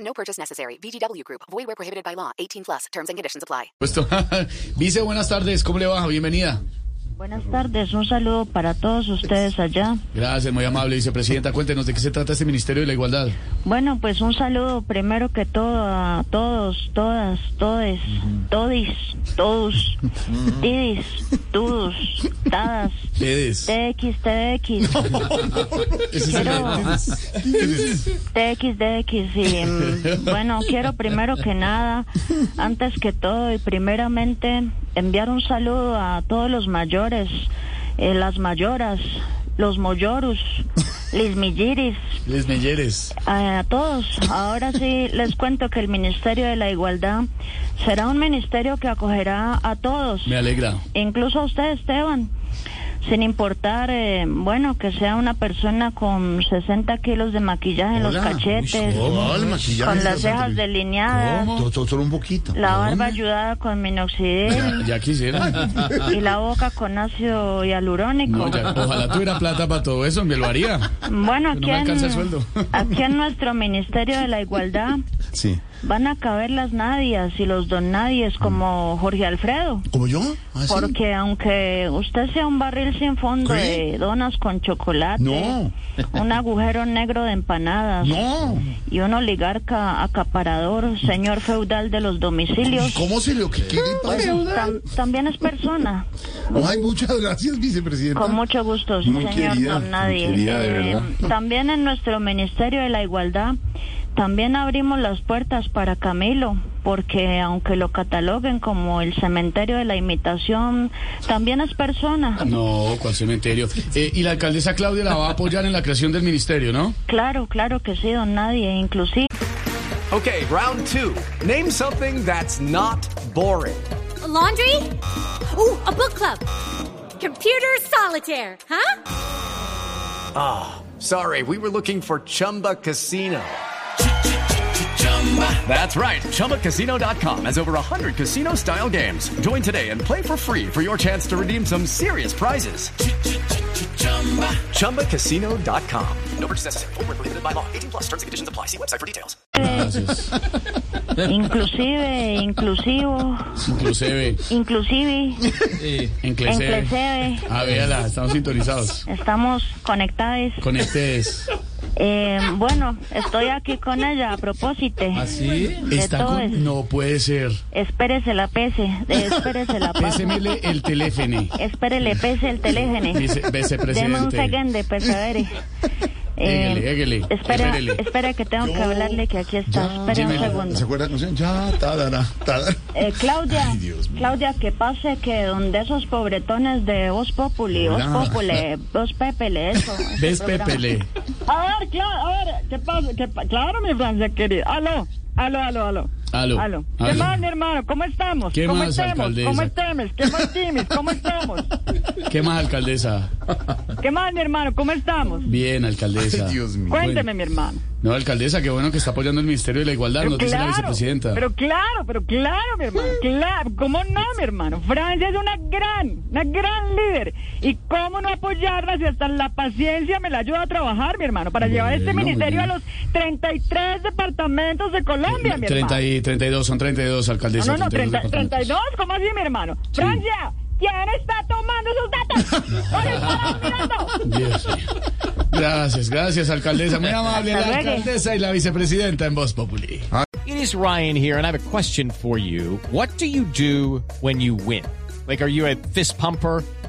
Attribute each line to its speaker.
Speaker 1: No purchase necessary. VGW Group. Void where prohibited by law. 18 plus. Terms and conditions apply.
Speaker 2: Puesto. Vice, buenas tardes, ¿cómo le va? Bienvenida.
Speaker 3: Buenas tardes, un saludo para todos ustedes allá.
Speaker 2: Gracias, muy amable vicepresidenta. Cuéntenos de qué se trata este Ministerio de la Igualdad.
Speaker 3: Bueno, pues un saludo primero que todo a todos, todas, todes, todis, todos, tidis, tudos, tadas,
Speaker 2: Ustedes.
Speaker 3: tx, tx,
Speaker 2: Ese es el-
Speaker 3: tx, tx y mm, bueno, quiero primero que nada, antes que todo y primeramente enviar un saludo a todos los mayores, eh, las mayoras, los moyorus, Lismilliris.
Speaker 2: Les Melleres.
Speaker 3: A todos, ahora sí les cuento que el Ministerio de la Igualdad será un ministerio que acogerá a todos,
Speaker 2: Me alegra.
Speaker 3: incluso a usted, Esteban, sin importar, eh, bueno, que sea una persona con 60 kilos de maquillaje en los cachetes,
Speaker 4: Oh,
Speaker 3: con las cejas delineadas,
Speaker 4: Solo un poquito.
Speaker 3: la barba ayudada con minoxidil
Speaker 2: Ya quisiera.
Speaker 3: y la boca con ácido hialurónico.
Speaker 2: No, ya, ojalá tuviera plata para todo eso, me lo haría.
Speaker 3: Bueno,
Speaker 2: No
Speaker 3: aquí,
Speaker 2: me
Speaker 3: en-
Speaker 2: alcanza el sueldo.
Speaker 3: aquí en nuestro Ministerio de la Igualdad
Speaker 4: Sí.
Speaker 3: van a caber las nadias y los don nadies como Jorge Alfredo.
Speaker 4: ¿Como yo? ¿Ah, Mm. sí?
Speaker 3: Porque aunque usted sea un barril sin fondo
Speaker 4: ¿Qué?
Speaker 3: de donas con chocolate,
Speaker 4: No.
Speaker 3: un agujero negro de empanadas
Speaker 4: No.
Speaker 3: y un oligarca acaparador, señor feudal de los domicilios,
Speaker 4: ¿Cómo se le qué, qué le
Speaker 3: pues,
Speaker 4: pasa?
Speaker 3: tam- también es persona.
Speaker 4: Ay, muchas gracias, vicepresidenta.
Speaker 3: Con mucho gusto, sí,
Speaker 4: Muy
Speaker 3: señor
Speaker 4: querida,
Speaker 3: don Nadie.
Speaker 4: muy querida, de
Speaker 3: Eh,
Speaker 4: verdad.
Speaker 3: también en nuestro Ministerio de la Igualdad, también abrimos las puertas para Camilo, porque aunque lo cataloguen como el cementerio de la imitación, también es persona.
Speaker 2: No, cuál cementerio. Eh, y la alcaldesa Claudia la va a apoyar en la creación del ministerio, ¿no?
Speaker 3: Claro, claro que sí, don Nadie, inclusive.
Speaker 5: Okay, round two. Name something that's not boring.
Speaker 6: A laundry? Ooh, a book club. Computer solitaire, huh?
Speaker 5: Sorry, we were looking for Chumba Casino. That's right. ChumbaCasino.com has over 100 casino style games. Join today and play for free for your chance to redeem some serious prizes. ChumbaCasino.com. No purchase necessary. Void where prohibited by law. 18 plus terms and conditions apply. See website for details.
Speaker 3: Inclusive, inclusivo,
Speaker 2: Inclusive.
Speaker 3: inclusive,
Speaker 2: Inclusive.
Speaker 3: inclusive.
Speaker 2: Ah, véala, estamos sintonizados.
Speaker 3: Estamos conectados.
Speaker 2: Con este ustedes.
Speaker 3: Eh, bueno, estoy aquí con ella a propósito.
Speaker 4: ¿Ah,
Speaker 2: ¿Así?
Speaker 3: De
Speaker 2: Está
Speaker 3: todo es-
Speaker 2: con... No puede ser.
Speaker 3: Espérese la pese, eh, espérese la pese.
Speaker 2: Pésemele el teléfono.
Speaker 3: Espérele, pese el teléfono.
Speaker 2: Vice- vicepresidente.
Speaker 3: Deme un segundo, pues, a ver.
Speaker 7: eh,
Speaker 2: Égale, égale,
Speaker 3: Eh, espera,
Speaker 2: eh, espérele.
Speaker 3: espera que tengo que hablarle que aquí está. Espera un
Speaker 2: dímelo.
Speaker 4: ¿Se
Speaker 3: segundo.
Speaker 4: acuerda la canción? Ya, tadara, tadara.
Speaker 3: Eh, Claudia,
Speaker 4: Ay, Dios mío.
Speaker 3: Claudia, que pase que donde esos pobretones de Vos Populi, Vos
Speaker 2: Hola.
Speaker 3: Popule, Vos Pepele, eso. ese
Speaker 2: ¿Ves,
Speaker 3: programa.
Speaker 2: Pepele?
Speaker 7: A ver, claro, a ver, ¿qué pasa? ¿Qué pa- claro, mi Francia querida. Aló, aló, aló, aló.
Speaker 2: Aló,
Speaker 7: Aló. ¿Qué
Speaker 2: aló.
Speaker 7: más, mi hermano? ¿Cómo estamos?
Speaker 2: ¿Qué
Speaker 7: ¿Cómo
Speaker 2: más,
Speaker 7: estamos?
Speaker 2: alcaldesa?
Speaker 7: ¿Cómo estamos? ¿Qué más, Timis? ¿Cómo estamos?
Speaker 2: ¿Qué más, alcaldesa?
Speaker 7: ¿Qué más, mi hermano? ¿Cómo estamos?
Speaker 2: Bien, alcaldesa.
Speaker 4: Ay, Dios mío.
Speaker 7: Cuénteme, mi hermano.
Speaker 2: No, alcaldesa, qué bueno que está apoyando el Ministerio de la Igualdad, nos dice la vicepresidenta.
Speaker 7: pero claro, pero claro, mi hermano, claro, ¿cómo no, mi hermano? Francia es una gran, una gran líder. ¿Y cómo no apoyarla si hasta la paciencia me la ayuda a trabajar, mi hermano, para llevar este
Speaker 2: Bueno,
Speaker 7: ministerio a
Speaker 2: bueno.
Speaker 7: los 33 departamentos de Colombia, mi hermano?
Speaker 2: 30 Eh, y 32, son 32, alcaldesa.
Speaker 7: No, no, no,
Speaker 2: 32
Speaker 7: 30,
Speaker 2: departamentos.
Speaker 7: 32, ¿cómo así, mi hermano? Francia, ¿quién está tomando sus datos? ¿Dónde está mirando?
Speaker 2: Dios mío. Gracias, gracias, alcaldesa. Muy amable, la
Speaker 3: Hasta luego.
Speaker 2: alcaldesa y la vicepresidenta en Voz Populi.
Speaker 8: It is Ryan here, and I have a question for you. What do you do when you win? Like, are you a fist pumper?